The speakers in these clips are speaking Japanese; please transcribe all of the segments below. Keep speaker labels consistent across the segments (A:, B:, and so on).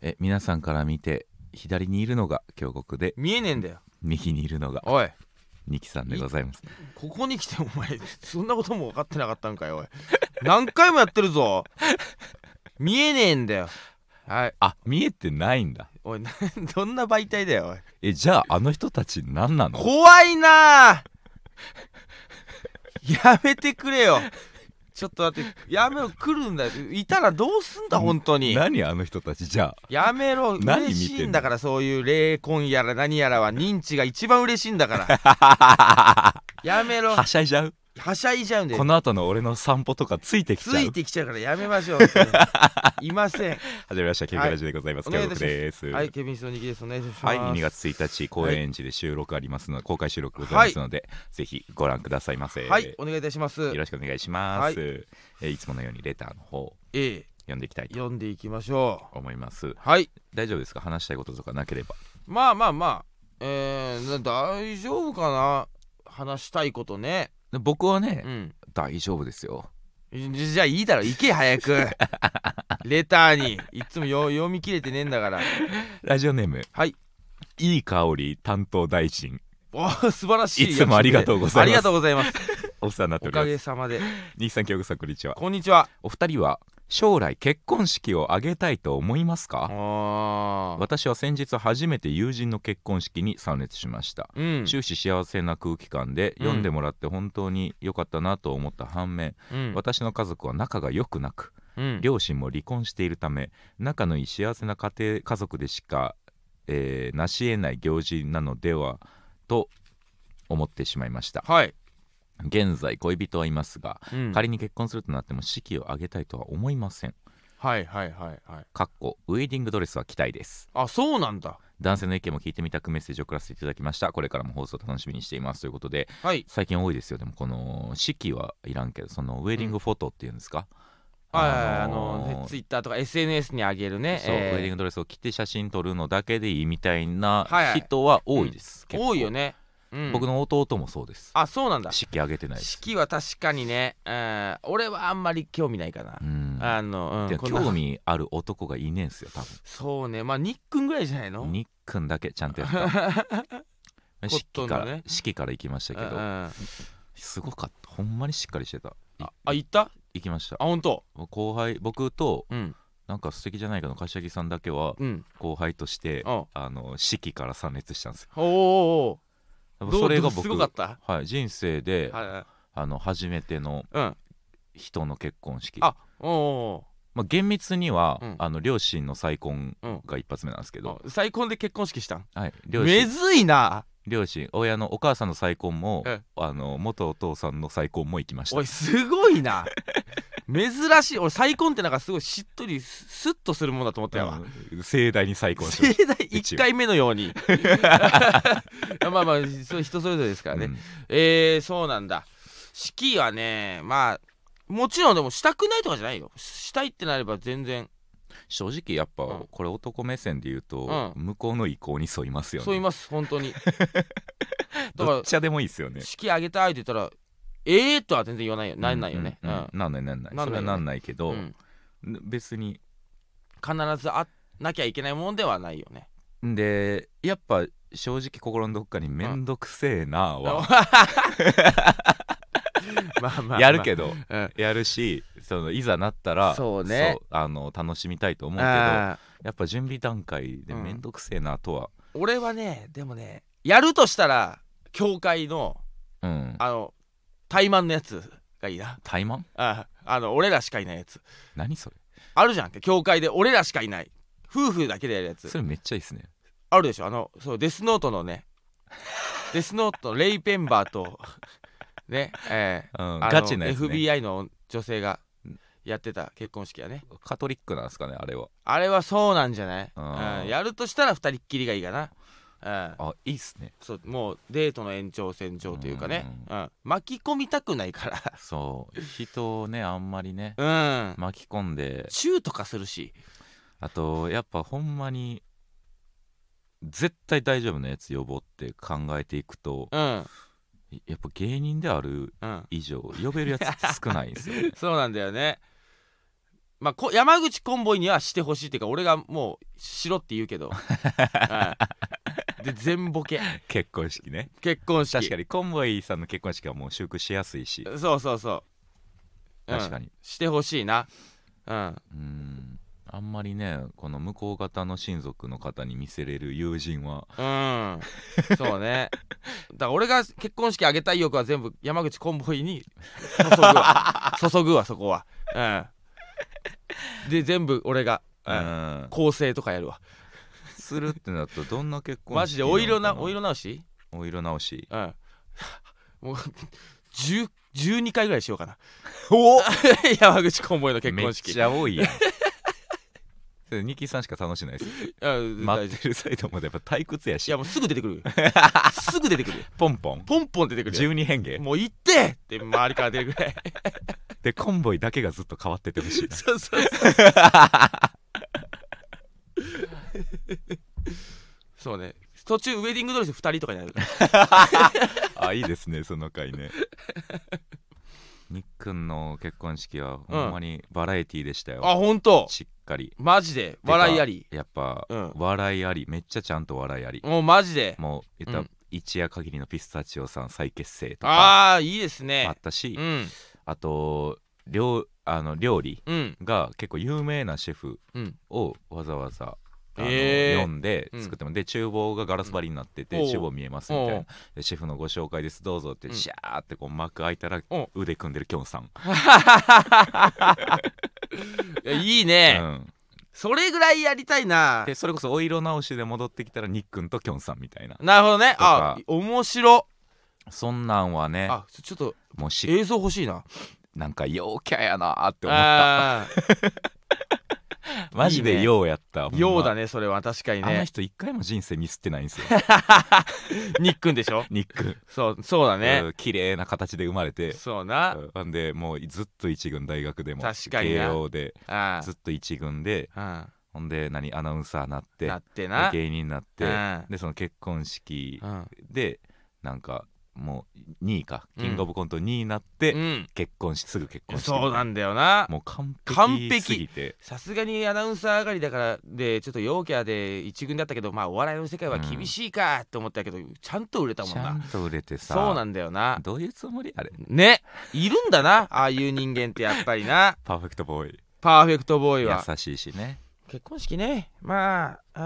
A: え皆さんから見て左にいるのが京極で
B: 見えねえんだよ
A: 右にいるのが
B: おい
A: 二木さんでございます
B: ここに来てお前そんなことも分かってなかったんかよおい何回もやってるぞ見えねえんだよはい
A: あ見えてないんだ
B: おい などんな媒体だよおい
A: えじゃああの人たち何なの
B: 怖いなあやめてくれよちょっと待ってやめろ来るんだよいたらどうすんだ本当に
A: 何あの人たちじゃあ
B: やめろ
A: 何
B: 嬉し
A: 見て
B: い
A: ん
B: ん
A: の
B: だからそういう霊魂やら何やらは認知が一番嬉しいんだから やめろ
A: はしゃいじゃう
B: はしゃいじゃうんで
A: この後の俺の散歩とかついてき
B: つ
A: ちゃう
B: いてきちゃうからやめま しょう本当にいません
A: はじめましてケンカラジでございます
B: は
A: 京
B: いお願いい
A: 極
B: たします
A: です
B: はいケビンスのにぎですお願いします
A: はい、2月1日公演地で収録ありますので、公開収録ございますので、ぜひご覧くださいませ、
B: はいお願いいたします
A: よろしくお願いします、
B: はい
A: えーいつものようにレターの方
B: ええ
A: 読んでいきたいと
B: 読んでいきましょ
A: 思います
B: うはい
A: 大丈夫ですか話したいこととかなければ
B: まあまあまあえー、な大丈夫かな話したいことね
A: で僕はね、
B: うん
A: 大丈夫ですよ
B: じゃあいいだろ行け 早くレターにいつもよ読み切れてねえんだから
A: ラジオネーム
B: はい
A: いい香り担当大臣
B: おー素晴らしい
A: いつもありがとうございます
B: ありがとうございます
A: お世話になって
B: お
A: おりま
B: かげ
A: す
B: さまで
A: 日産京極さんこんにちは
B: こんにちは
A: お二人は将来結婚式を挙げたいと思いますか
B: あー
A: 私は先日初めて友人の結婚式に参列しました
B: うん
A: 終始幸せな空気感で
B: うん
A: 読んでもらって本当に良かったなと思った反面、
B: うん
A: 私の家族は仲が良くなく
B: うん
A: 両親も離婚しているため仲のいい幸せな家庭家族でしか、えー成し得ない行事なのではと思ってしまいました
B: はい、
A: 現在恋人はいますが
B: うん
A: 仮に結婚するとなっても式を挙げたいとは思いません
B: はいはいはいはい
A: かっこウェディングドレスは着たいです
B: あそうなんだ
A: 男性の意見も聞いてみたくメッセージを送らせていただきましたこれからも放送楽しみにしていますということで
B: はい
A: 最近多いですよでもこの式はいらんけどそのウェディングフォトっていうんですか、
B: ああの
A: ー
B: ねツイッターとか SNS に上げるね
A: そう、ウェディングドレスを着て写真撮るのだけでいいみたいな
B: はいはい
A: 人は多いです、結構
B: 多いよね、うん、
A: 僕の弟もそうです
B: あそうなんだ
A: 式挙げてないです
B: 式は確かにね、うん、俺はあんまり興味ないかな
A: う、ん
B: あの、う
A: て
B: ん、
A: か
B: こんな
A: 興味ある男がいねえんすよ多分
B: そうねまあニックンぐらいじゃないの
A: ニックンだけちゃんと やった
B: コッ
A: 式
B: トン
A: か
B: の
A: ら、
B: ね
A: 式から行きましたけ
B: うんう
A: ど
B: ん
A: すごかったほんまにしっかりしてたい
B: あ行った
A: 行きました
B: あ本当
A: 後輩僕と
B: うん
A: なんか素敵じゃないかの柏木さんだけは
B: うん
A: 後輩として
B: おう
A: あの式から参列したんですよ
B: おうおうおう
A: それが
B: どう
A: 僕
B: すごかった
A: はい、人生で、
B: はいはい
A: あの初めての
B: うん
A: 人の結婚式
B: あおうお
A: まあ、厳密には、
B: うん
A: あの両親の再婚
B: うん
A: が一発目なんですけ
B: うお
A: ど、
B: うあ再婚で結婚式したん
A: はい、両
B: め
A: 親
B: ずいな
A: 両親親のお母さんの再婚も、
B: うん
A: あの元お父さんの再婚も行きました
B: おいすごいな珍しい俺再婚ってなんかすごいしっとりススッとするもんだと思ったよ、
A: うん盛大に再婚しま
B: 盛
A: し
B: 大1回目のように まあまあそう人それぞれですか
A: た、
B: らね、
A: うん
B: えー、そうなんだ式はねまあもちろんでもしたくないとかじゃないよしたいってなれば全然
A: 正直やっぱ、
B: うん
A: これ男目線で言うと、
B: う
A: 向こうの意向に沿いますよね
B: そう言います本当 にだ
A: ど
B: か
A: っちゃでもいいですよね
B: ら式あげたいって言ったらええー、とは全然言わないよなんないよね
A: う
B: うん
A: う
B: ん、
A: んうんなんないなんない
B: なんないよね
A: それはなんないけど、
B: うん
A: 別に
B: 必ずあなきゃいけないもんではないよね
A: でやっぱ正直心のどっかにめんどくせえな は、
B: まあま
A: やるけど
B: ど、うん
A: やるしそのいざなったら
B: そうね
A: そうあの楽しみたいと思うけどや
B: ああ
A: っぱ準備段階で
B: うん
A: めんどくせえなとは
B: 俺はねでもねやるとしたら教会の
A: うん
B: あの怠慢のやつがいいな
A: 怠慢
B: ああの俺らしかいないやつ
A: 何それ
B: あるじゃんって教会で俺らしかいない夫婦だけでやるやつ
A: それめっちゃいいっすね
B: あるでしょあのそうデスノートのねデスノートのレイ・ペンバーとねえ
A: うん
B: ーあの
A: ガチなやつね
B: FBI の女性がやってた結婚式はね
A: カトリックなんですかねあれは
B: あれはそうなんじゃない、
A: あー
B: うん、やるとしたら二人っきりがいいかな、うん、
A: あいいっすね
B: そうもうデートの延長線上というかね、うん巻き込みたくないか
A: そう人をねあんまりね
B: ら うん
A: 巻き込んで
B: チューとかするし
A: あとやっぱほんまに絶対大丈夫なやつ予防って考えていくと
B: うん
A: やっぱ芸人である
B: うん
A: 以上呼べるやつって少ないんですよね
B: そうなんだよねまあ、こ山口コンボイにはしてほしいっていうか俺がもうしろって言うけど、はいで全ボケ
A: 結婚式ね
B: 結婚式
A: 確かにコンボイさんの結婚式はもう修復しやすいし
B: そうそうそう、うん
A: 確かに
B: してほしいなうん
A: うんあんまりねこの向こう方の親族の方に見せれる友人は
B: うんそうねだから俺が結婚式あげたい欲は全部山口コンボイに注ぐ わ注ぐわそこはうんで全部俺が、うん
A: うん
B: 構成とかやるわ
A: するってなったらどんな結婚式
B: マジでお色
A: な
B: な
A: のか
B: お色直し
A: お色直し
B: うん もう10 12回ぐらいしようかなお 山口コンボイの結
A: めっ
B: 婚式
A: ちゃ多いやんそれニキさんしか楽しないです
B: うん
A: 待
B: 大
A: っ
B: 丈夫
A: てる際ともやっぱ退屈や
B: い
A: し
B: やもうすぐ出てく るよすぐ出てくるよ
A: ポンポン
B: ポンポン出てくるよ
A: 12変化
B: もう行ってって周りから出るぐらい
A: でコンボイだけがずっと変わっててほしいな
B: そうそうそうそうね途中ウェディングドレス2人とかになる
A: あいいですねその回ね ニックンの結婚式はほんまにバラエティーでしたよ、
B: あ本当
A: しっかり
B: マジで笑いあり
A: てかやっぱ、
B: うん
A: 笑いありめっちゃちゃんと笑いあり
B: もうマジで
A: もう言ったら
B: うん
A: 一夜限りのピスタチオさん再結成とか
B: ああいいです
A: あ
B: ね
A: ったし、
B: うん
A: あと料あの料理
B: うん
A: が結構有名なシェフ
B: うん
A: をわざわざ、あの
B: えー
A: 読んで作っても、で厨房がガラス張りになってて、
B: うん
A: 厨房見えますみたい
B: お
A: な
B: う
A: でシェフのご紹介ですどうぞって、
B: うん
A: シャーってこう幕開いたら
B: おう
A: 腕組んでるきょんさん、
B: いやいいうね、
A: ん、
B: それぐらいやりたいな
A: でそれこそお色直しで戻ってきたらにっくんときょんさんみたいな
B: なるほどねあ
A: と
B: 面白
A: そんなんはね
B: あちょっと
A: もうし
B: 映像欲しいなっ
A: なんか陽キャやなーって思った
B: あー
A: マジ
B: いい
A: で
B: ね
A: 陽やったほんま
B: ようだねそれは確かに
A: あの
B: ね
A: 人一回も人生ミスってないんですよ
B: ニックンでしょ
A: ニック
B: そうそうだ
A: ン
B: ね
A: うん綺麗な形で生まれて
B: そうな
A: うんなんでもうずっと一軍大学でも
B: 確かにな
A: 慶応で
B: あ
A: ずっと一軍で
B: あ
A: ほんで何アナウンサーなって
B: なってな
A: で芸人になっ
B: う
A: て
B: ん
A: でその結婚式
B: うん
A: でなんかもう2位か
B: うん
A: キングオブコント2位になって
B: うん
A: 結婚しすぐ結婚して
B: そうなんだよな
A: もう完
B: 完
A: 璧
B: 璧
A: すぎて
B: さすがにアナウンサー上がりだからでちょっと陽キャで一軍だったけどまあお笑いの世界は厳しいかって思ったけど、ちゃんと売れたもん
A: ちゃん
B: な
A: と売れてさ
B: そうなんだよな
A: どういうつもりあれ
B: ねいるんだなああいう人間ってやっぱりな
A: パーフェクトボーイ
B: パーフェクトボーイは
A: 優しいしね、
B: 結婚式ねまああ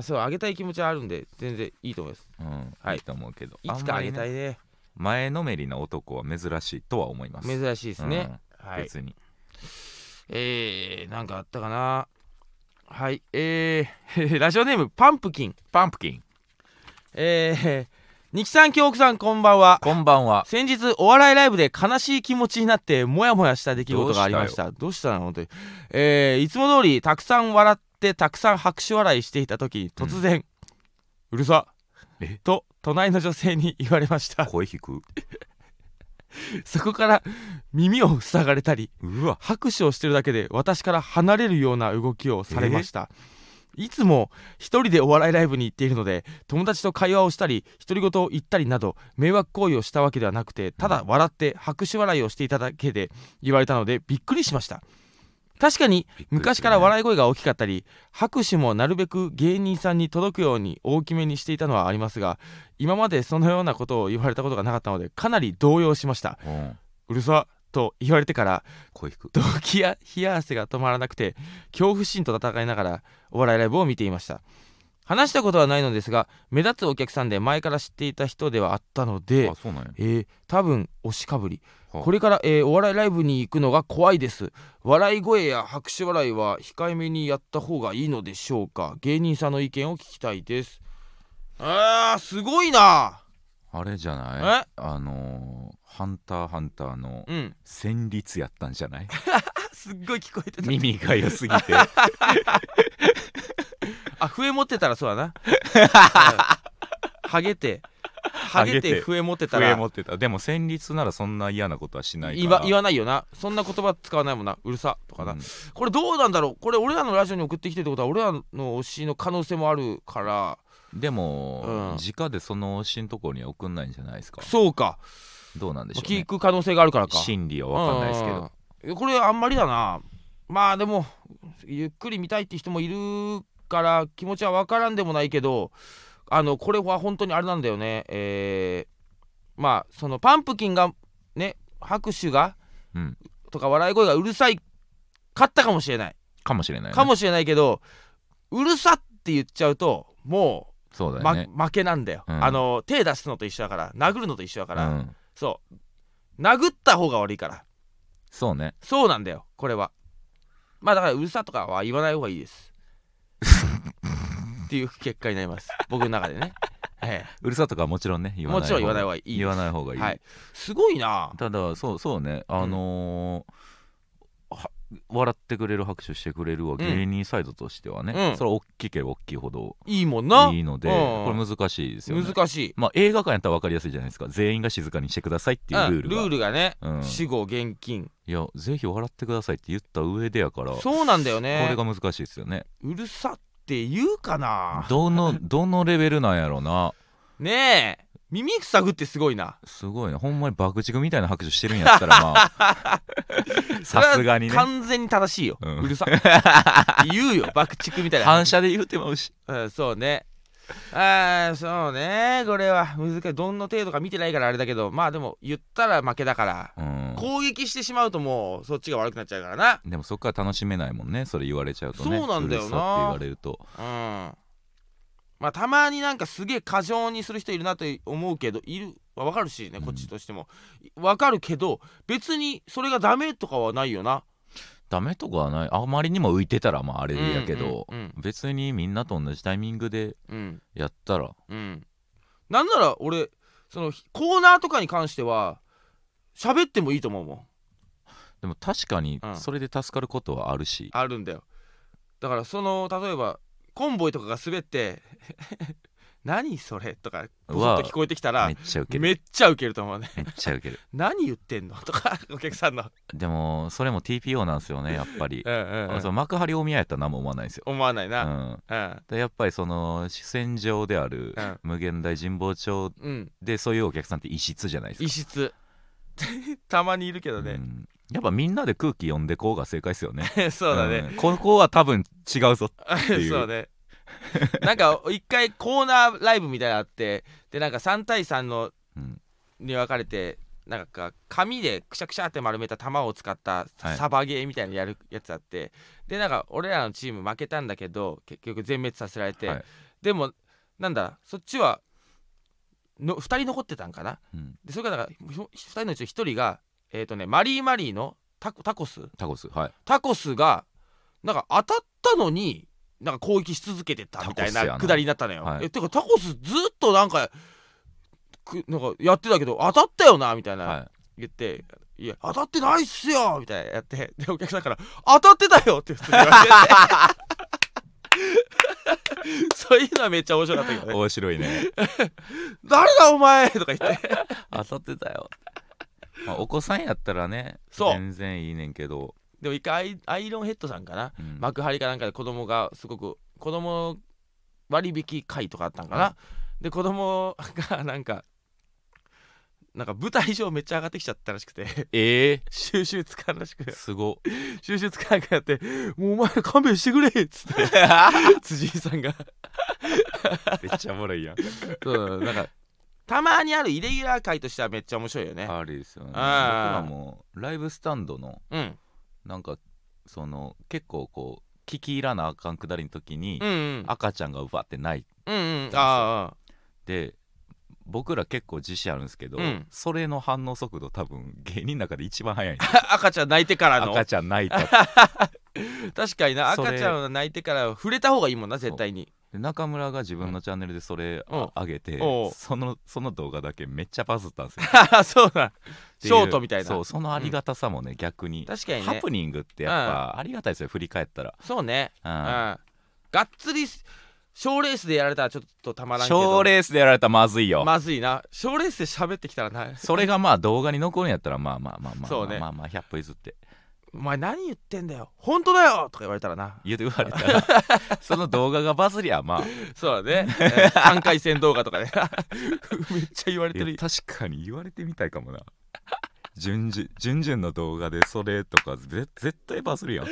B: ーそうあげたい気持ちはあるんで全然いいと思います
A: うん
B: はい
A: いいと思うけど
B: いつかあげた
A: んまり
B: い
A: ね
B: ね
A: 前のめりな男は珍しいとは思います
B: 珍しいですね、
A: うん
B: はい
A: 別に
B: えー、なんかあったかなはいえー、 ラジオネームパンプキン
A: パンプキン
B: えー、ニキさん京子さんこんばんは
A: こんばん は
B: 先日お笑いライブで悲しい気持ちになってモヤモヤした出来事がありましたどうしたの本当に、えーいつも通りたくさん笑ってたくさん拍手笑いしていた時に突然、うるさ
A: え
B: と隣の女性に言われました
A: 声引く
B: そこから耳を塞がれたり
A: うわ
B: 拍手をしてるだけで私から離れるような動きをされました、いつも一人でお笑いライブに行っているので友達と会話をしたり独り言を言ったりなど迷惑行為をしたわけではなくてただ笑って拍手笑いをしていただけで言われたのでびっくりしました確かに
A: びっくりするね
B: 昔から笑い声が大きかったり拍手もなるべく芸人さんに届くように大きめにしていたのはありますが今までそのようなことを言われたことがなかったのでかなり動揺しました
A: うん
B: うるさと言われてから
A: 声引く
B: 動悸や冷や汗が止まらなくて恐怖心と戦いながらお笑いライブを見ていました話したことはないのですが目立つお客さんで前から知っていた人ではあったので
A: あそうなんや
B: えー多分押しかぶり
A: はあ
B: これから、えーお笑いライブに行くのが怖いです笑い声や拍手笑いは控えめにやった方がいいのでしょうか芸人さんの意見を聞きたいですあーすごいな
A: あれじゃない
B: え
A: あのーハンターハンターの
B: うん
A: 旋律やったんじゃない
B: すっごい聞こえてた
A: 耳が良すぎ て
B: あ笛持ってたらそうだなうんハゲてハゲ
A: ハゲ
B: て
A: て
B: 笛持ってた
A: 笛
B: ら
A: 持ってたでも旋律ならそんな嫌なことはしないから
B: 言わ言わないよなそんな言葉使わないもんなうるさとかな、
A: うん
B: これどうなんだろうこれ俺らのラジオに送ってきてるってことは俺らの推しの可能性もあるから
A: でも、
B: うん
A: 直でその推しのところには送んないんじゃないですか
B: そうか、
A: どうなんでしょう
B: 聞
A: ね
B: く可能性があるからか
A: 心理は分かんないですけど
B: うんこれあんまりだなまあでもゆっくり見たいって人もいるから気持ちは分からんでもないけどあのこれは本当にあれなんだよねえーまあそのパンプキンがね拍手が、
A: うん
B: とか笑い声がうるさいかったかもしれない
A: かもしれない、ね、
B: かもしれないけどうるさって言っちゃうとも
A: そう
B: う、
A: だよ
B: ま
A: ね、
B: 負けなんだよ、
A: うん
B: あの手出すのと一緒だから殴るのと一緒だから、
A: うん、
B: そう殴った方が悪いから
A: そうね
B: そうなんだよこれはまあだからうるさとかは言わない方がいいですっていう結果になります僕の中でね、 え
A: うるさとかはもちろんね
B: え
A: 言わ
B: も
A: ない
B: ちろん言わない
A: 方
B: 方
A: が
B: がいい
A: 言わない方がいい、
B: はい、すごいな
A: ただそうそうねあのーは笑ってくれる拍手してくれるは芸人サイドとしてはね、
B: うん
A: それは大きければ大きいほど
B: いいもんない
A: いので、
B: うん
A: これ難しいですよね
B: 難しい
A: まあ映画館やったら分かりやすいじゃないですか全員が静かにしてくださいっていうルールが、
B: うんルールがね、
A: うん
B: 死後現金
A: いやぜひ笑ってくださいって言った上でやから、こ
B: そうなんだよね
A: れが難しいですよね
B: うるさって言うかな
A: ど のどのレベルなんやろうな
B: ねえ耳塞ぐってすごいな
A: すごいねほんまに爆竹みたいな拍手してるんやったらま あさすがにね
B: それは完全に正しいよ、
A: う
B: うんるさ言うよ爆竹みたいな
A: 反射で言うてまうし
B: うん、そうねあーそうねこれは難しいどんな程度か見てないからあれだけどまあでも言ったら負けだから
A: うん
B: 攻撃してしまうともうそっちが悪くなっちゃうからな
A: でもそこから楽しめないもんねそれ言われちゃうとね
B: そうなんだよ
A: うるさっ
B: な
A: て言われると
B: うんまあたまになんかすげえ過剰にする人いるなと思うけどいるわ分かるしね
A: うん
B: こっちとしても、わかるけど別にそれがダメとかはないよな
A: ダメとかはないあまりにも浮いてたらまああれやけど、
B: うんうん
A: 別にみんなと同じタイミングで
B: うん
A: やったら
B: うんなんなら俺そのコーナーとかに関しては喋ってもいいと思うもん
A: でも確かに
B: うん
A: それで助かることはあるし、
B: あるんだよだからその例えばコンボイとかが滑って 「何それ?」とかボソッと聞こえてきたら
A: めっちゃウケる
B: めっちゃウケると思うね
A: めっちゃウケる
B: 「何言ってんの?」 とかお客さんの、
A: でもそれも TPO なんですよねやっぱり
B: うんうんうん
A: あそう幕張大宮やったら何も思わないんですよ、
B: 思わないうな、
A: ん、
B: うん
A: でやっぱりその主戦場である
B: うん
A: 無限大神保町
B: うん、
A: でそういうお客さんって異質じゃないですか
B: 異質 たまにいるけど
A: う
B: ね、
A: んやっぱみんなで空気読んでこうが正解ですよね
B: そうだね、
A: んここは多分違うぞ っていう
B: そうねなんか一回コーナーライブみたいなのあってでなんか3対3の
A: うん
B: に分かれてなんか紙でくしゃくしゃって丸めた球を使った
A: はい
B: サバゲーみたいなのやるやつあって、でなんか俺らのチーム負けたんだけど結局全滅させられて、
A: はい
B: でもなんだそっちはの2人残ってたんかな
A: うん
B: でそれがなんか2人のうち1人がえっ、とねマリーマリーのタコタコス
A: タコスはい
B: タコスがなんか当たったのになんか攻撃し続けてたみ
A: タ
B: たい
A: コスやな
B: なくだりになったのよ。
A: はい
B: えてかタコスずっとなんかくなんかやってたけど当たったよなみたいな
A: は
B: 言って「いや当たってないっすよ」みたいなやって でお客さんから「当たってたよ」って 普通に言われてそういうのはめっちゃ面白かったけど
A: い
B: ね
A: 面白いね
B: 「誰だお前!」とか言って
A: 当たってたよ、まあ、お子さんやったらね
B: そう
A: 全然いいねんけど、
B: でも一回アイアイロンヘッドさんかな
A: うん
B: 幕張かなんかで子供がすごく子供割引会とかあったんかな、
A: は
B: で子供がなんかなんか舞台上めっちゃ上がってきちゃったらしくて
A: え
B: 収集つかんらしく
A: ー、すご
B: 収集つかなくなって「もうお前ら勘弁してくれ」っつって 辻井さんが
A: めっちゃおもろいやん
B: そうなんかたまにあるイレギュラー会としてはめっちゃ面白いよね
A: あれですよね僕ら
B: あー
A: もライブスタンドの
B: うん
A: なんかその結構こう聞き入らなあかんくだりの時に、
B: うんうん
A: 赤ちゃんがうわって泣い
B: うんうんあ
A: て僕ら結構自信あるんですけど、
B: うん
A: それの反応速度多分芸人の中で一番早いんです
B: ああ赤ちゃん泣いてからの
A: 赤ちゃん泣いたって
B: 確かにな
A: それ
B: 赤ちゃんが泣いてから触れた方がいいもんな絶対に
A: で中村が自分のチャンネルでそれ
B: うん
A: あ上げて、
B: おう
A: そのその動画だけめっちゃバズったんですよ
B: そうなん
A: って
B: シ
A: いう
B: ョートみたいな
A: そうそのありがたさもね、逆に
B: 確かにね
A: ハプニングってやっぱありがたいですよ、振り返ったら、
B: そうね
A: うん
B: うんがっつり賞ーレースでやられたらちょっとたまらんけど
A: 賞レースでやられたらまずいよ、
B: まずいな賞ーレースで喋ってきたらな
A: それがまあ動画に残るんやったらまあまあまあまあまあ
B: そうね
A: まあまあ100歩譲って
B: 「お前何言ってんだよ本当だよ!」とか言われたらな
A: 言われた らその動画がバズりゃまあ
B: そう だねえー3回戦動画とかね めっちゃ言われて
A: いや
B: る
A: 確かに言われてみたいかもなじゅんじゅじゅんじゅんの動画でそれとかぜ絶対バズるやん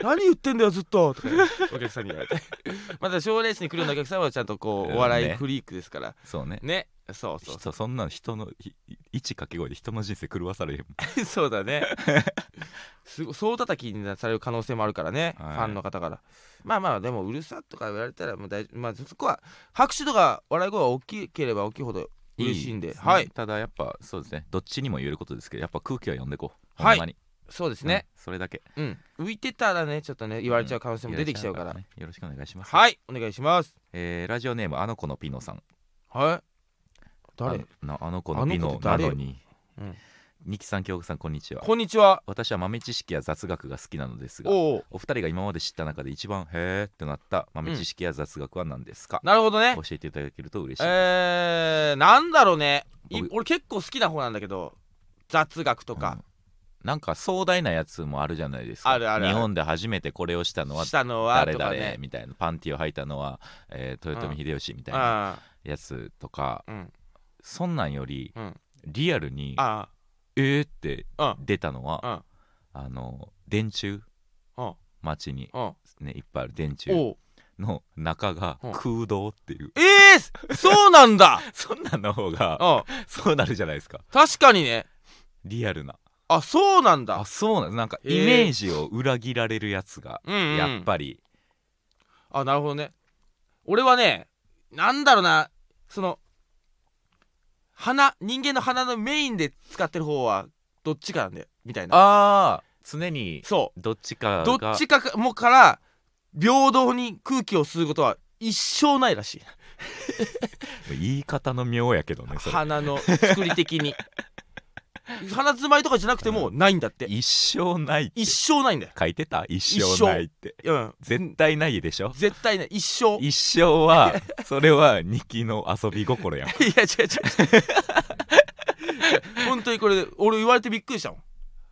B: 何言ってんだよずっと」とかねお客さんに言われてまた賞レースに来るようなお客さんはちゃんと
A: う
B: こ
A: ん
B: う
A: ね
B: お笑いフリークですから
A: そうね
B: ねそうそう
A: 人そんな人のいい一掛け声で人の人生狂わされへんもん
B: そう だねすご総叩きにされる可能性もあるからね、
A: はい
B: ファンの方からまあまあでもうるさとか言われたらもう大丈夫まあそこは拍手とか笑い声が大きければ大きいほど 嬉しいんで
A: すね
B: はい
A: ただやっぱそうですねどっちにも言えることですけどやっぱ空気は読んでこう
B: はい
A: ほんまに
B: そうですね、
A: うんそれだけ
B: うん、浮いてたらねちょっとね言われちゃう可能性も出てきちゃうから,、
A: ねよろしくお願いします
B: はいお願いします
A: えーラジオネームあの子のピノさん
B: はい誰
A: あのあの子のピ
B: あの
A: ノ
B: 子
A: な
B: 誰よ
A: のに
B: うん
A: 二木さん京子さんこんにちは
B: こんにちは
A: 私は豆知識や雑学が好きなのですが
B: おお
A: お二人が今まで知った中で一番へーってなった豆知識や雑学は何ですか、
B: なるほどね
A: 教えていただけると嬉しい、
B: えー、なんだろうねい
A: 僕
B: 俺結構好きな方なんだけど雑学とか、
A: うんなんか壮大なやつもあるじゃないですか
B: あるあるある
A: 日本で初めてこれをしたのは
B: したのは
A: 誰
B: と
A: 々
B: かね
A: みたいなパンティを履いたのは、えー豊臣秀吉みたいな
B: あ
A: やつとか、
B: あうん
A: そんなんより
B: うん
A: リアルに
B: あ
A: えーって
B: あ
A: 出たのは、
B: うんうん
A: あの電柱
B: うん
A: 街に
B: うん
A: ねいっぱいある電柱
B: おう
A: の中が
B: うん
A: 空洞っていう、
B: えー、そうなんだ
A: そんなんの方が
B: うん
A: そうなるじゃないですか
B: 確かにね
A: リアルな
B: あそうなんだ
A: あそうなんなんか
B: へー
A: イメージを裏切られるやつが
B: うん、うん、
A: やっぱり、
B: あなるほどね俺はねなんだろうなその鼻人間の鼻のメインで使ってる方はどっちかなんでみたいな
A: ああ常に
B: そう
A: どっちかが
B: どっちかかもから平等に空気を吸うことは一生ないらしい
A: 言い方の妙やけどねそれ
B: 鼻の作り的 に鼻詰まりとかじゃなくてもないんだって
A: 一生ないって
B: 一生ないんだよ、
A: 書いてた一生ないって
B: うん、
A: 絶対ないでしょ
B: 絶対ない一生い
A: 一生はそれは日記の遊び心 やん
B: や違う違う本当にこれ俺言われてびっくりしたも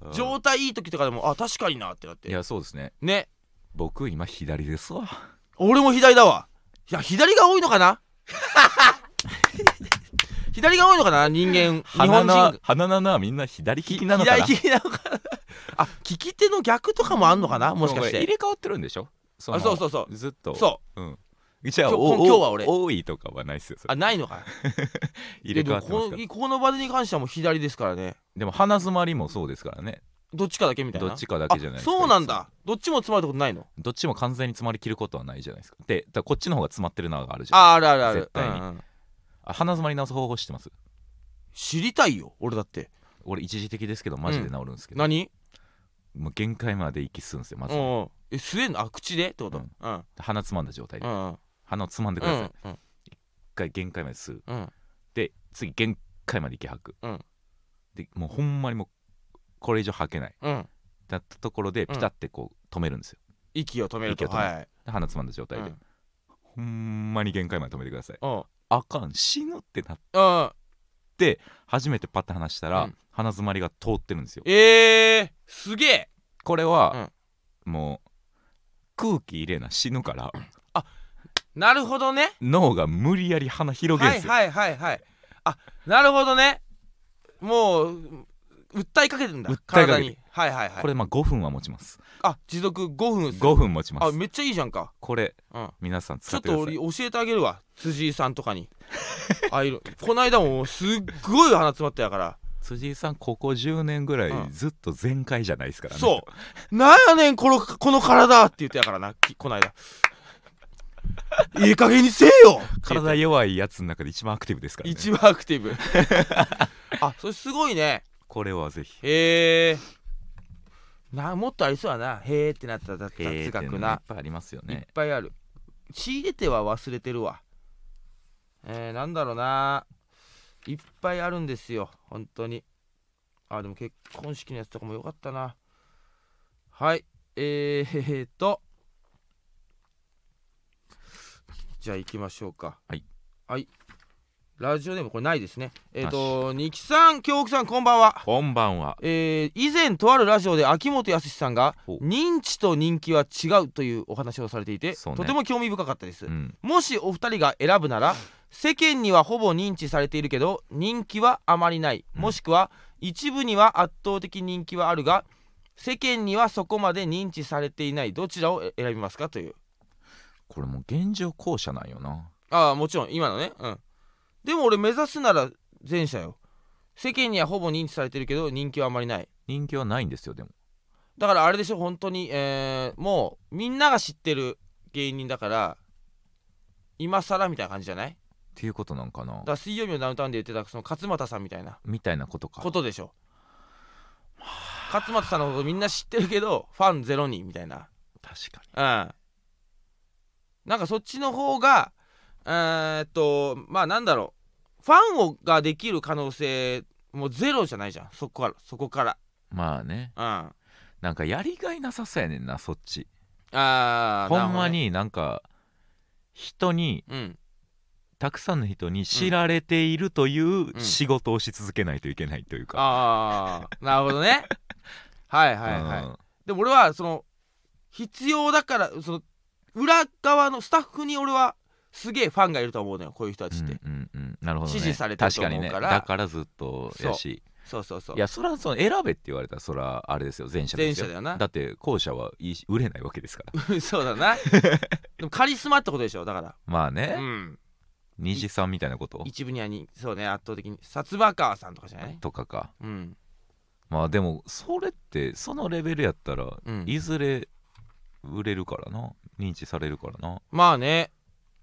B: ん、状態いい時とかでもあ確かになってなっ
A: い
B: て
A: やそうですね
B: ね
A: 僕今左ですわ
B: 俺も左だわいや左が多いの かな左が多いのかな人間日
A: 鼻
B: 本人
A: な鼻ななみんな左利きなのか
B: 左
A: な
B: 利きなのかなあ利き手の逆とかもあんのかなもしかし
A: 入
B: て
A: れ替わってるんでしょその
B: あそうそうそう
A: ずっと、
B: そう
A: ん、じゃあ
B: 今日
A: お
B: 今日は俺
A: お多いとかはないですよそれ
B: あないのか
A: 入れ替わって
B: いや
A: ま
B: ですも
A: から
B: このここの場に関してはもう左ですからね
A: でも鼻詰まりもそうですからね
B: どっちかだけみたいな
A: どっちかだけじゃない
B: あ
A: ですか
B: そうなんだどっちも詰まるってことないの
A: どっちも完全に詰まりきることはないじゃないですかでだからこっちの方が詰まってるのがあるじゃんあ
B: ああるあるある
A: 絶対に
B: うんうん
A: 鼻詰まり直す方法知ってます
B: 知りたいよ俺だって
A: 俺一時的ですけどマジで治るんですけど、
B: 何
A: もう限界まで息吸うんですよま
B: う
A: ず、
B: んうんえ吸えんのあ口でってこと
A: う
B: うんんうん
A: 鼻つまんだ状態で、
B: うんうん
A: 鼻をつまんでく
B: う
A: ださい、
B: んうん
A: 一回限界まで吸う
B: うん
A: で次限界まで息吐く、
B: うん
A: でもうほんまにもうこれ以上吐けない
B: うん
A: だったところでピタってこう止めるんですよ、
B: 息を止めると
A: 息を止める
B: はい
A: で鼻つまんだ状態で、
B: うん
A: ほんまに限界まで止めてください
B: うん
A: あかん死ぬってなって
B: うん
A: 初めてパッて話したら、
B: うん
A: 鼻詰まりが通ってるんですよ
B: えーすげえ
A: これは、もう空気入れな死ぬから
B: なるほどね
A: 脳が無理やり鼻広げるんで
B: はい
A: すよ、
B: はいはいはいあなるほどねもう訴えかけてるんだ
A: 訴えかける
B: 体にはいはいはい
A: これまあ5分は持ちます
B: あ持続5分っす
A: 5分持ちま
B: あ
A: す
B: めっちゃいいじゃんか、
A: これ
B: うん、
A: 皆さん
B: ち
A: 使っ
B: ょって
A: くださ
B: と俺
A: い
B: 教えてあげるわ辻井さんとかにああいうこの間もすっごい鼻詰まったやから
A: 辻井さんここ10年ぐらい
B: うん
A: ずっと全開じゃないですからね、
B: そうなんやねんこのこの体って言ってやからなきこの間いい加減にせえよって言って
A: 体弱いやつの中で一番アクティブですからね
B: 一番アクティブあそれすごいね
A: これはぜひ
B: へえなもっとありそうやなへえってなった雑
A: えー
B: 雑
A: っていうの
B: 学
A: がいっ
B: な、
A: ぱいありますよ
B: いっ
A: ね
B: ぱいある仕入れては忘れてるわえー、なんだろうないっぱいあるんですよ本当にあでも結婚式のやつとかもよかったなはいえー、えー、とじゃあ行きましょうか
A: はい
B: はいラジオでもこれないですねえっ、ー、と二木さん京極さんこんばんは
A: こんばんは
B: えー以前とあるラジオで秋元康さんが
A: ほう
B: 認知と人気は違うというお話をされていて、
A: そうね
B: とても興味深かったです、
A: うん
B: もしお二人が選ぶなら世間にはほぼ認知されているけど人気はあまりない、
A: うん
B: もしくは一部には圧倒的人気はあるが世間にはそこまで認知されていないどちらを選びますかという
A: これもう現状後者なんよな
B: ああもちろん今のねうんでも俺目指すなら前者よ世間にはほぼ認知されてるけど人気はあまりない
A: 人気はないんですよでも
B: だからあれでしょ本当にえー、もうみんなが知ってる芸人だから今更みたいな感じじゃない
A: っていうことなんかな
B: だから水曜日のダウンタウンで言ってたその勝俣さんみたいな
A: みたいなことか
B: ことでしょ勝俣さんのことみんな知ってるけどファンゼロ人みたいな
A: 確かに
B: うんなんかそっちの方がえーっとまあなんだろうファンをができる可能性もうゼロじゃないじゃんそこからそこから
A: まあね
B: うんあ
A: なんかやりがいなさそうやねんなそっち
B: あー
A: ほんま、
B: なる
A: になんか人に
B: ほどね
A: たくさんの人に知られているといううん仕事をし続けないといけないという
B: うん
A: か、
B: ああなるほ どねはいはいはい、
A: うん
B: でも俺はその必要だからその裏側のスタッフに俺はすげえファンがいると思うのよこういう人たちって、
A: うんうんうん、なるほど、ね、
B: 支持されてると思う
A: 確か
B: か
A: にね
B: ら
A: だからずっとやし
B: そうそうそう
A: いやそれはその選べって言われたらそれはあれですよ前者で
B: 前
A: すよ
B: 者だよな
A: だって後者はいいし売れないわけですから
B: そうだなでもカリスマってことでしょだか
A: まあ
B: らう
A: ね
B: ん
A: 虹さんみたいなこと
B: 一部にはにそうね圧倒的に薩摩川さんとかじゃない
A: とかか
B: うん
A: まあでもそれってそのレベルやったら
B: うん
A: いずれ売れるからな認知されるからな
B: まあね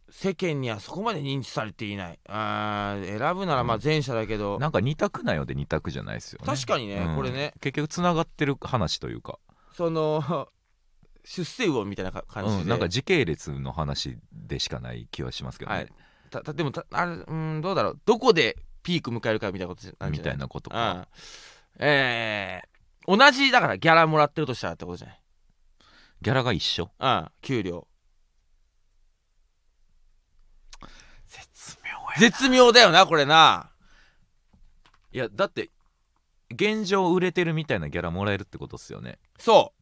B: 世間にはそこまで認知されていないあー選ぶならまあ前者だけど、
A: なんか二択なんよで二択じゃないですよね
B: 確かにね、
A: うん
B: これね
A: 結局つながってる話というか、
B: その出世魚みたいなか感じで、
A: うん、なんか時系列の話でしかない気はしますけどね、
B: はい、たたでもたあれうんどうだろうどこでピーク迎えるかみたいなことじゃん
A: み
B: じゃ
A: たいなこと
B: な
A: か、
B: いうんえー、同じだからギャラもらってるとしたらってことじゃ
A: ギャラが一緒
B: ないうん給料
A: 絶妙や
B: 絶妙だよなこれない
A: やだって現状売れてるみたいなギャラもらえるってことっすよね
B: そ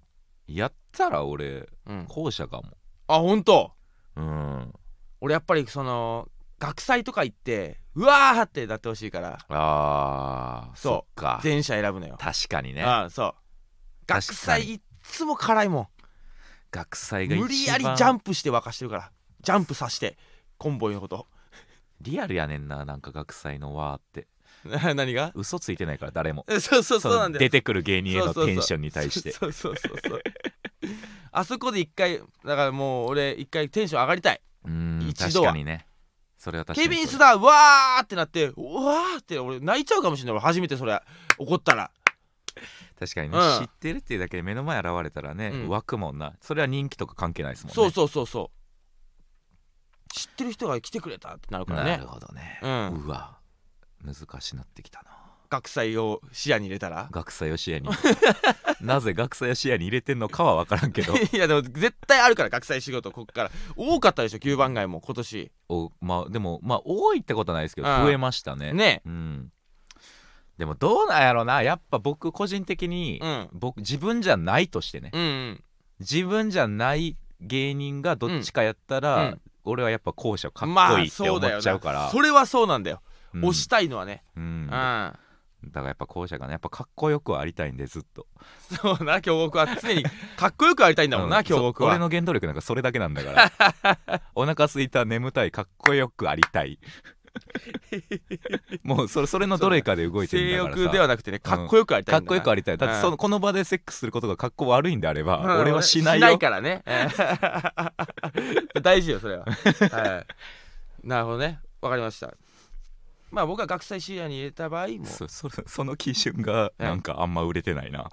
A: やったら俺
B: う、うん、
A: 後者かも
B: あ本当
A: うん
B: 俺やっぱりその学祭とか行ってうわーってなってほしいから
A: あー
B: そう
A: そっか
B: 前者選ぶのよ、
A: 確かにね
B: あそう
A: かに
B: 学祭いっつも辛いも
A: 学祭
B: ん
A: が一番
B: 無理やりジャンプして沸かしてるからジャンプさしてコンボイのこと
A: リアルやねんななんか学祭のわーって
B: 何が
A: 嘘ついてないから誰も
B: えそうそうそうなんだよ
A: 出てくる芸人への
B: そうそうそう
A: テンションに対して
B: そうそうそうそうあそこで一回だからもう俺一回テンション上がりたいう
A: ーん
B: 一
A: 確
B: 度は
A: かにねそれは確か
B: ケ
A: に
B: ビンス
A: だ
B: だうわーってなってうわーって俺泣いちゃうかもしれない俺初めてそれ怒ったら
A: 確かにね、
B: うん
A: 知ってるっていうだけで目の前現れたらね、
B: うん
A: 湧くもんなそれは人気とか関係ないですもんね
B: そうそうそうそう知ってる人が来てくれたってなるから
A: な
B: ね
A: るほどね、
B: うん
A: うわ難しなってきたな
B: 学祭を視野に入れたら
A: 学祭を視野に なぜ学祭を視野に入れてんのかは分からんけど
B: いやでも絶対あるから学祭仕事こっから多かったでしょ9番街も今年
A: おまあでもまあ多いってことはないですけど
B: うん
A: 増えましたね
B: ね
A: うんでもどうなんやろなやっぱ僕個人的に、
B: うん
A: 僕自分じゃないとしてね
B: うんうん
A: 自分じゃない芸人がどっちかやったら、
B: うん
A: 俺はやっぱ後者かっ
B: ま
A: こいい
B: あ
A: って
B: そ
A: 思
B: うだよ
A: っちゃうから、
B: なそれはそうなんだよ
A: うん
B: 押したいのはね
A: うん
B: うん
A: だからやっぱ後者かなやっぱかっこよくはありたいんでずっと
B: そうな強豪国は常にかっこよくありたいんだもんな、
A: うん
B: 強豪
A: そう
B: 国は
A: 俺の原動力なんかそれだけなんだから お腹すいた眠たいかっこよくありたいもうそれそれのどれかで動いて
B: 性
A: るんだからさ
B: 欲ではなくてねかっこよくありた
A: かっ
B: いんだ
A: こよくありたいだってその、
B: うん
A: この場でセックスすることがかっこ悪いんであれば、
B: うん
A: 俺はしない
B: しな
A: よ
B: いからね 大事よそれは、はい、なるほどねわかりましたまあ僕は学祭視野に入れた場合も
A: そ そその基準が
B: うん
A: なんかあんま売れてないな、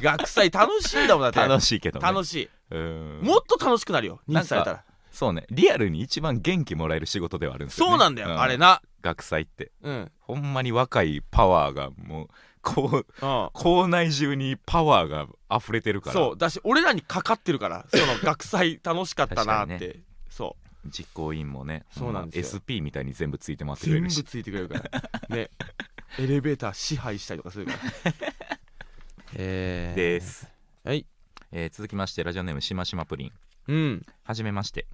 B: 学祭楽しいんだもんだって
A: 楽しいけどね
B: 楽しい
A: うん
B: もっと楽しくなるよ認知されたら
A: そうねリアルに一番元気もらえる仕事ではあるんですよ、ね、
B: そうなんだよ、あれな
A: 学祭って
B: うん、うん、
A: ほんまに若いパワーがもうこう 校内中にパワーが溢れてるから
B: そうだし俺らにかかってるからその学祭楽しかったなって、
A: 確
B: そう
A: 実行委員もね
B: そうなんですよ
A: SP みたいに全部ついてますよ
B: 全部ついてくれるから ねエレベーター支配したりとかするからえー
A: です、
B: はい
A: えー続きましてラジオネームしましまプリン
B: うん
A: はじめまして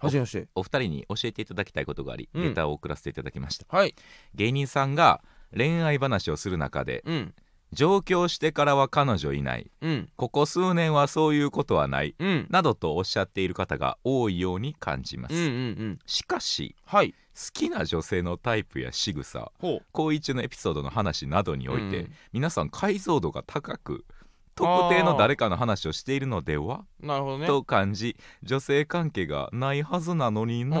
B: はじめまして
A: お二人に教えていただきたいことがあり、
B: うん
A: レターを送らせていただきました
B: はい
A: 芸人さんが恋愛話をする中で
B: うん
A: 上京してからは彼女いない
B: うん
A: ここ数年はそういうことはない
B: うん
A: などとおっしゃっている方が多いように感じます、
B: うんうんうん
A: しかし
B: はい
A: 好きな女性のタイプや仕草
B: ほ
A: 行為中のエピソードの話などにおいて、
B: うん
A: 皆さん解像度が高く特定の誰かの話をしているのでは
B: うなるほどね
A: と感じ女性関係がないはずなのになあ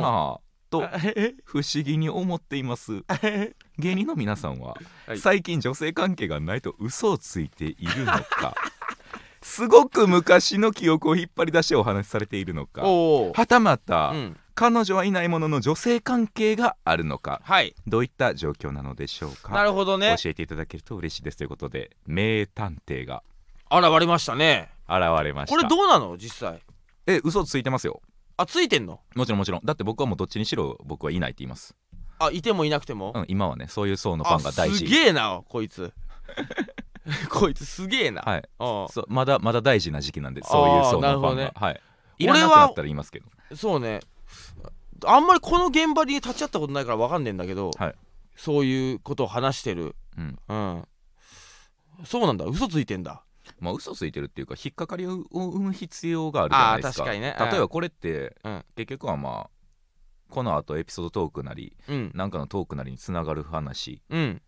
A: と
B: あへへ
A: 不思議に思ってい ます
B: あへへ
A: 芸人の皆さんは、
B: はい
A: 最近女性関係がないと嘘をついているのか すごく昔の記憶を引っ張り出してお話しされているのか
B: おお
A: はたまた、
B: うん
A: 彼女はいないものの女性関係があるのか
B: はい
A: どういった状況なのでしょう
B: な
A: か、
B: るほどね
A: 教えていただけると嬉しいですということで名探偵が
B: 現れましたね
A: 現れました
B: これどうなの実際
A: え嘘ついてますよ
B: あついてんの
A: もちろんもちろんだって僕はもうどっちにしろ僕はいないって言います、
B: あいてもいなくても
A: うん、今はねそういう層のフ
B: あ
A: ァンが大
B: す
A: 事
B: げえなこいつ こいつすげえな、
A: はい
B: あ
A: そうまだまだ大事な時期なんでそういう層の
B: なる
A: フ
B: ほ
A: ァ
B: ど
A: ンが、
B: ね
A: はいい
B: 俺
A: らな
B: は
A: くなったら言いますけど
B: あそうねあんまりこの現場に立ち会ったことないからわかんねえんだけど、
A: はい
B: そういうことを話してる
A: うん
B: うんそうなんだ嘘ついてんだ
A: まあ嘘ついてるっていうか引っかかりを生む必要があるじゃないですか
B: あー確かにねうん
A: 例えばこれって、
B: うん
A: 結局はまあこの後エピソードトークなり
B: うん
A: なんかのトークなりにつながる話
B: うん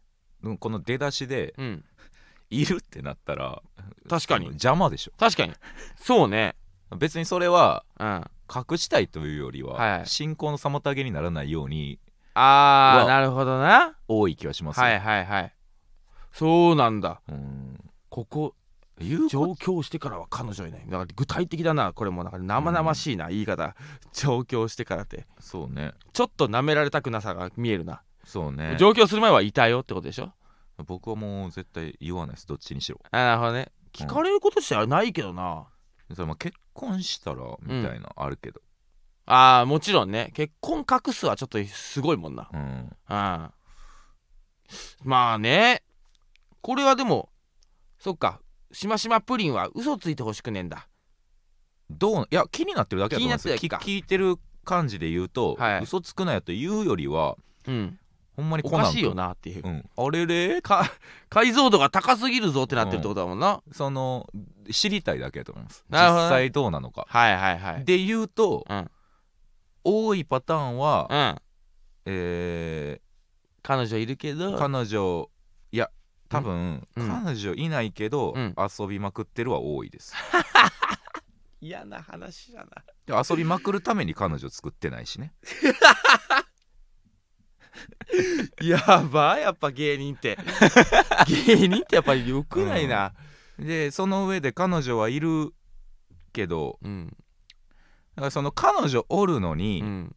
A: うんこの出だしで
B: うん
A: いるってなったら
B: 確かに
A: 邪魔でしょ
B: 確かにそうね
A: 別にそれは
B: うんあ
A: 隠したいというよりは、
B: はい
A: 進行の妨げにならないように
B: あ
A: う
B: ー
A: わ
B: なるほどな
A: 多い気はしますよ、
B: はいはいはいそうなんだ
A: うん
B: ここ
A: 言うこ
B: 上京してからは彼女いないだから具体的だなこれもなんか生々しいな、言い方上京してからって
A: そうね
B: ちょっと舐められたくなさが見えるな、
A: そうね
B: 上京する前はいたよってことでしょ
A: 僕はもう絶対言わないですどっちにしろ
B: あなるほどね聞かれることじゃないけどな、
A: それまあ結婚したらみたいなあるけど、
B: あーもちろんね結婚隠すはちょっとすごいもんな
A: うん、
B: うんまあねこれはでもそっかしましまプリンは嘘ついてほしくねえんだ
A: どういや気になってるだけだと思いますよ
B: 気になってるだ
A: き聞
B: けか
A: いてる感じで言うと、
B: はい
A: 嘘つくなよと言うよりは
B: うん
A: ほんまに
B: お
A: コナン
B: か
A: 君
B: しいよなっていう、
A: うん、あれれ
B: か解像度が高すぎるぞってなってるってことだもんな、
A: その知りたいだけだと思います実
B: なるほどね
A: 際どうなのか
B: はいはいはい
A: で言うと、
B: うん
A: 多いパターンは、
B: うん
A: え
B: 彼女いるけど
A: ー彼女いや多分、
B: うん
A: 彼女いないけど、
B: うん
A: 遊びまくってるは多いです
B: 嫌な話だな
A: で遊びまくるために彼女作ってないしね
B: やばいやっぱ芸人って 芸人ってやっぱり良くないな
A: でその上で彼女はいるけど
B: うん
A: だからその彼女おるのに、
B: うん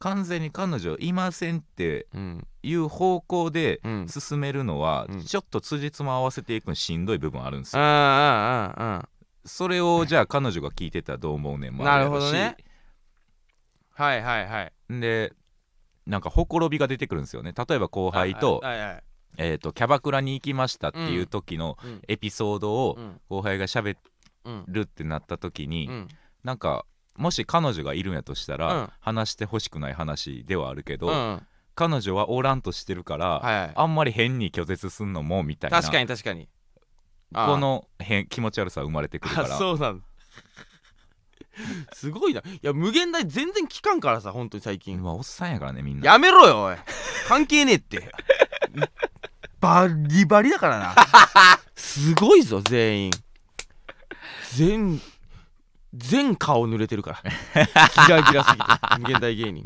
A: 完全に彼女いませんって
B: うん
A: いう方向で
B: うん
A: 進めるのは、
B: うん
A: ちょっと辻褄合わせていくのしんどい部分あるんです
B: うんう
A: よ、
B: んうんうん
A: それをじゃあ彼女が聞いてたらどう思うねんもあるやろし
B: なるはいはいはい
A: でなんかほころびが出てくるんですよね例えば後輩と,、
B: はいはいはい
A: えー、とキャバクラに行きましたっていう時の
B: うん
A: エピソードを
B: うん
A: 後輩が喋
B: うん
A: るってなった時に、
B: うん
A: なんかもし彼女がいるんやとしたら、
B: うん
A: 話してほしくない話ではあるけど、
B: うん
A: 彼女はおらんとしてるから、
B: はいはい
A: あんまり変に拒絶すんのもみたいな
B: 確かに確かにあー
A: この変気持ち悪さ生まれてくるか
B: あ
A: ら
B: そう なんだすごいないや無限大全然聞かんからさ本当に最近
A: まあおっさんやからねみんな
B: やめろよおい関係ねえってバリバリだからなすごいぞ全員全全顔濡れてるからギラギラすぎて無限大芸人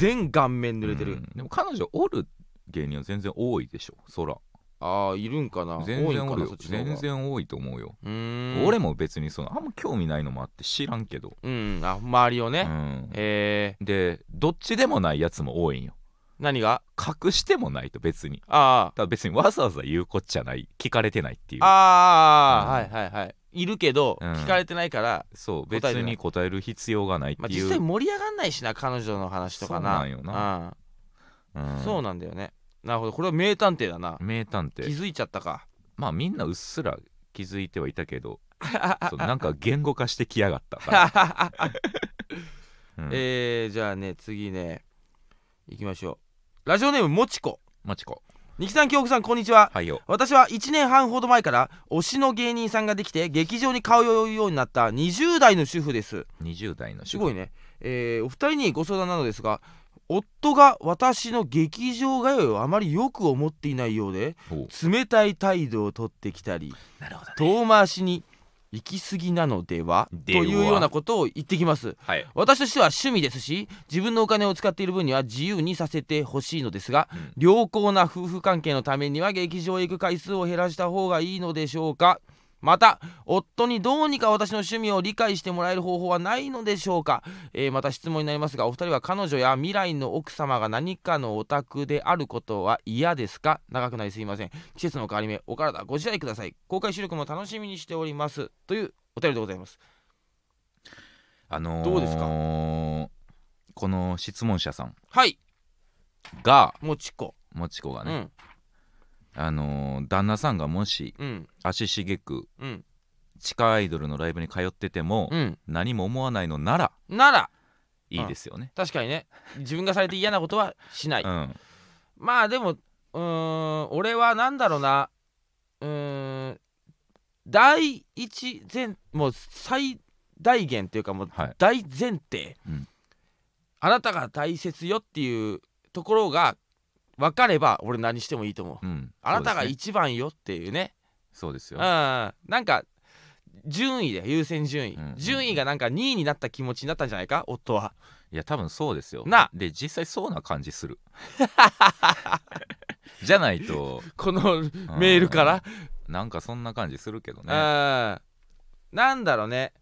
B: 全顔面濡れてる、
A: うんでも彼女おる芸人は全然多いでしょそら
B: ああいるんかな
A: 全
B: 多いん
A: 然
B: か
A: おる
B: なそ
A: よ
B: っちの方が
A: 全然多いと思うよ
B: うーん
A: 俺も別にそのあんま興味ないのもあって知らんけど、
B: うんあ周りをね、
A: うん
B: え
A: でどっちでもないやつも多いんよ
B: ー、何が
A: 隠してもないと別に
B: あ
A: ただ別にわざわざ言うこっちゃない聞かれてないってい
B: あ
A: う
B: ああ、
A: うん
B: はいはいはいいるけど、
A: うん
B: 聞かれてないから、
A: そう
B: 答え
A: 別
B: てない
A: に答える必要がないっ
B: まあ、
A: てい
B: 実際
A: う、
B: 盛り上がんないしな彼女の話とか
A: そ
B: な
A: うなんよなうん
B: そうなんだよねなるほどこれは名探偵だな
A: 名探
B: 気
A: 偵
B: づいちゃったか
A: まあみんなうっすら気づいて はいたけどそうなんか言語化してきやがったから
B: あ
A: うん
B: えー、じゃあね次ね行きましょうラジオネームもちこ
A: マチコ
B: 二木さん京子さんこんにちは
A: はいよ
B: 私は1年半ほど前から推しの芸人さんができて劇場に通うようになった20代の主婦です
A: 20代の
B: す
A: 主
B: ごい
A: 婦
B: ね、えーお二人にご相談なのですが夫が私の劇場通いをあまりよく思っていないようで
A: おう
B: 冷たい態度をとってきたり
A: なるほどね
B: 遠回しに行き過ぎなのではと
A: では
B: いうようなことを言ってきます
A: はい、
B: 私としては趣味ですし自分のお金を使っている分には自由にさせてほしいのですが
A: うん
B: 良好な夫婦関係のためには劇場へ行く回数を減らした方がいいのでしょうかまた夫にどうにか私の趣味を理解してもらえる方法はないのでしょうか、えーまた質問になりますがお二人は彼女や未来の奥様が何かのお宅であることは嫌ですか長くなりすいません季節の変わり目お体ご自愛ください公開収録も楽しみにしておりますというお便りでございます
A: あのー
B: どうですか
A: この質問者さん
B: はい
A: が
B: もちこ
A: もちこが
B: う
A: ね、
B: ん
A: あのー旦那さんがもし
B: うん
A: 足しげく
B: うん
A: 地下アイドルのライブに通ってても、
B: うん
A: 何も思わないのなら
B: なら
A: いいですよね、
B: 確かにね自分がされて嫌なことはしない
A: うん
B: まあでもうーん俺はなんだろうなうーん第一前もう最大限というかもう
A: はい
B: 大前提、
A: うん
B: あなたが大切よっていうところが分かれば俺何してもいいと思う
A: うん、
B: あなたが
A: そうですね
B: 一番よっていうね
A: そうです
B: う
A: よ
B: んなんか順位で優先順位、
A: うんうん
B: 順位がなんか2位になった気持ちになったんじゃないか夫はい
A: や多分そうですよ
B: な
A: で実際そうな感じ するじゃないと
B: このメールから
A: なんかそんな感じするけどね
B: うんなんだろうね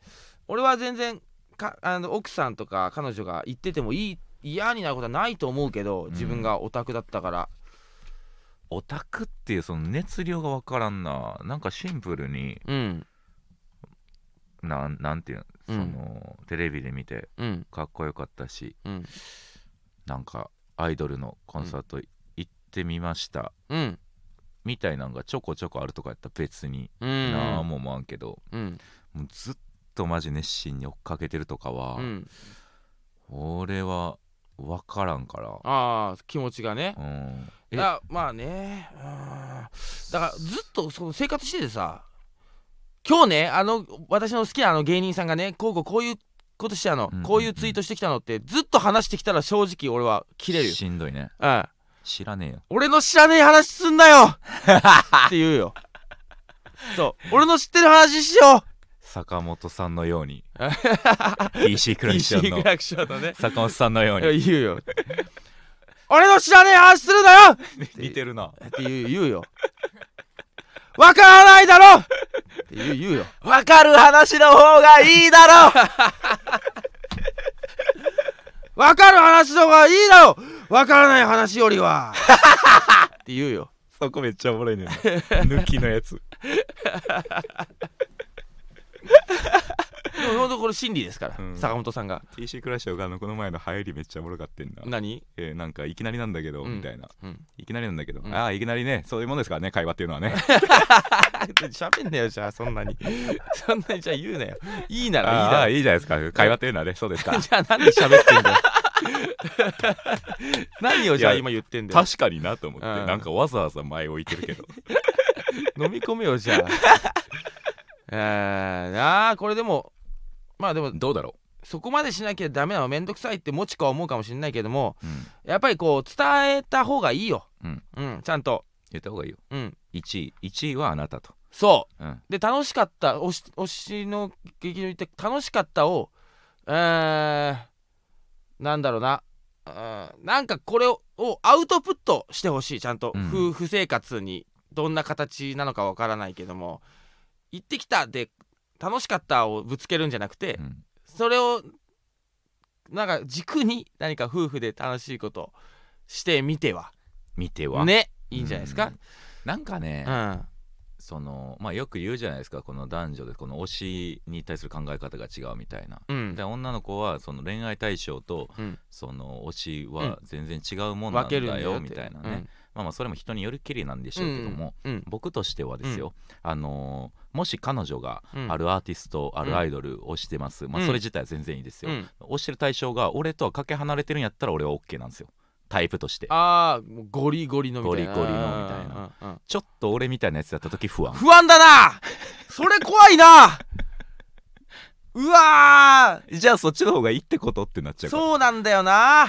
B: 俺は全然かあの奥さんとか彼女が言っててもいい嫌になることはないと思うけど
A: ん
B: 自分がオタクだったから、
A: オタクっていうその熱量が分からんななんかシンプルに
B: うん、
A: なんなんていうのそ
B: うん
A: の、テレビで見て
B: うん
A: かっこよかったし
B: うん
A: なんかアイドルのコンサート行ってみました、
B: うん
A: みたいなんがちょこちょこあるとかやったら別に、
B: うん
A: なあも思わんけど
B: うん
A: もうずっとマジ熱心に追っかけてるとかは、
B: うん
A: 俺は分からんから
B: ああ気持ちがね
A: うんえ
B: だまあねうんだからずっとその生活しててさ今日ねあの私の好きなあの芸人さんがねこうこうこういうことしてた
A: うん
B: の、
A: うんうん
B: こういうツイートしてきたのってずっと話してきたら正直俺は切れるよ、
A: しんどいね
B: うん、
A: 知らねえよ
B: 俺の知らねえ話すんなよって言うよそう俺の知ってる話しよ
A: 坂本さんのよう に
B: あ
A: DC ク
B: う
A: ラクション
B: PC
A: の
B: クラクションのね
A: 坂本さんのように
B: 言うよ俺の知らねえ話するなよ
A: 似てるな
B: って言う言うよわからないだろって言う言うよ
A: 分かる話の方がいいだろ
B: わかる話の方がいいだろわからない話よ りはって言うよ
A: そこめっちゃおもろいねん な抜きのやつ
B: でもほんとこれ真理ですから、
A: うん
B: 坂本さんが
A: TC クラッションがあのこの前の流行りめっちゃおもろかってん な、
B: 何、
A: えーなんかいきなりなんだけど、
B: うん
A: みたいな
B: うん、
A: いきなりなんだけど、
B: うん
A: ああいきなりねそういうもんですからね会話っていうのはね
B: 喋んねよじゃあそんなに そんなにじゃあ言うなよいいならいい
A: あ
B: だ
A: あ
B: ろ
A: いいじゃないですか会話っていうのはねそうです から
B: じゃあ何喋っ てんだよ何をじゃあ
A: いや
B: 今言ってんだよ
A: 確かになと思って、
B: うん
A: なんかわざわざ前置いてるけど
B: 飲み込めよじゃあえーなあこれでもまあで も
A: どうだろ
B: そこまでしなきゃダメなのめんどくさいってもちかは思うかもしれないけども
A: う、うん、
B: やっぱりこう伝えた方がいいよ
A: うん、
B: ちゃんと
A: 言った方がいいよ
B: うん
A: 1位1位はあなたと、
B: そう
A: うん、
B: で楽しかった推し推しの劇場行って楽しかったをえー、なんだろうなうんなんかこれををアウトプットしてほしいちゃんと、
A: うん
B: 夫婦生活にどんな形なのかわからないけども行ってきたで楽しかったをぶつけるんじゃなくて、
A: うん
B: それをなんか軸に何か夫婦で楽しいことをしてみては
A: 見ては
B: ねいいんじゃないですか
A: うんなんかね、
B: うん、
A: その、まあ、よく言うじゃないですかこの男女でこの推しに対する考え方が違うみたいな。
B: うん
A: で女の子はその恋愛対象と、
B: うん
A: その推しは全然違うもんなんだよみたいなね、まあまあそれも人によりきりなんでしょうけども、
B: うんうん
A: 僕としてはですよ、あのーもし彼女が
B: うん
A: あるアーティスト、あ
B: うん
A: るアイドル推してます、ま
B: う
A: あ
B: ん
A: それ自体は全然いいですよ、
B: うん
A: 推してる対象が俺とはかけ離れてるんやったら俺は OK なんですよタイプとして
B: ああもうゴリゴリのみたいな
A: ゴリゴリのみたいな
B: うんうんうん
A: ちょっと俺みたいなやつだった時不安
B: 不安だなそれ怖いなうわ
A: じゃあそっちの方がいいってことってなっちゃう
B: ー
A: から
B: そうなんだよな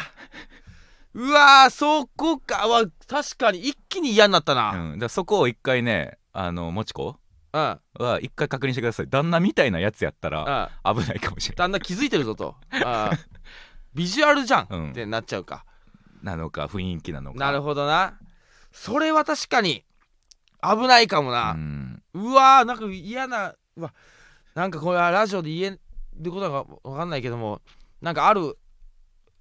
B: うわーそこかわ確かに一気に嫌になったな
A: うん、だからそこを一回ねあのもちこ
B: うんうん
A: は一回確認してください旦那みたいなやつやったら危ないかもしれない
B: だんだん気づいてるぞとあービジュアルじゃん、
A: うん
B: ってなっちゃうか
A: なのか雰囲気なのか
B: なるほどなそれは確かに危ないかも
A: う
B: な、
A: ん
B: うわーなんか嫌なうわなんかこれはラジオで言えることが分かんないけどもなんかある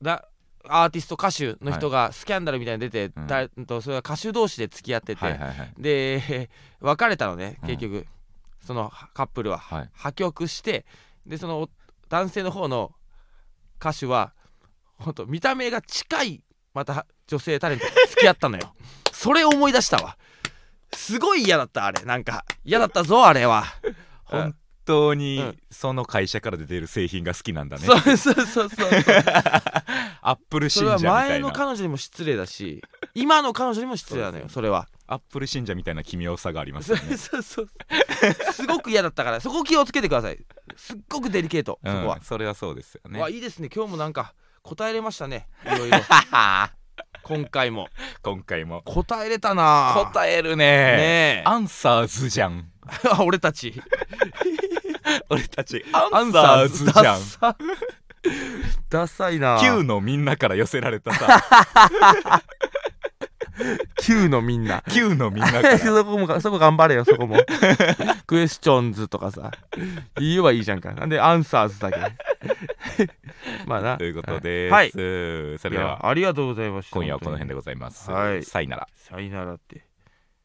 B: なアーティスト歌手の人がスキャンダルみたいに出て、
A: うん
B: だとそれは歌手同士で付き合ってて、
A: はいはいはい
B: で 別れたのね
A: うん
B: 結局、そのカップルは
A: はい
B: 破局してでその男性の方の歌手はほんと見た目が近いまた女性タレントと付き合ったのよ それ思い出したわすごい嫌だったあれなんか嫌だったぞあれはほん
A: 本当
B: う
A: に
B: ん
A: その会社から出てる製品が好きなんだね
B: そうそうそ うそうそう
A: アップル
B: そ
A: 信
B: れ
A: 者み
B: は
A: た
B: 前
A: い
B: の
A: な
B: 彼女にも失礼だし今の彼女にも失礼なのよそれは
A: アップル信者みたいな奇妙さがあります
B: そう
A: よね
B: そうそうすごく嫌だったからそこ気をつけてくださいすっごくデリケートそこは
A: うん、 それはそうですよね
B: わいいですね今日もなんか答えれましたね いろいろ今回も
A: 今回も
B: 答えれたなあ
A: 答えるね
B: ねえ
A: アンサーズじゃん
B: あ 俺たち
A: 俺たちアンサーズじゃん
B: ダサダサいな
A: Q のみんなから寄せられた さ
B: 9のみんな
A: Q のみんなから
B: そこもそこ頑張れよそこも クエスチョンズとかさ言えばいいじゃんかなんでアンサーズだけ まあな
A: ということです、
B: はい
A: それで
B: い
A: は
B: やありがとうございました
A: 今夜はこの辺でございます、
B: はい
A: さいなら
B: さよならって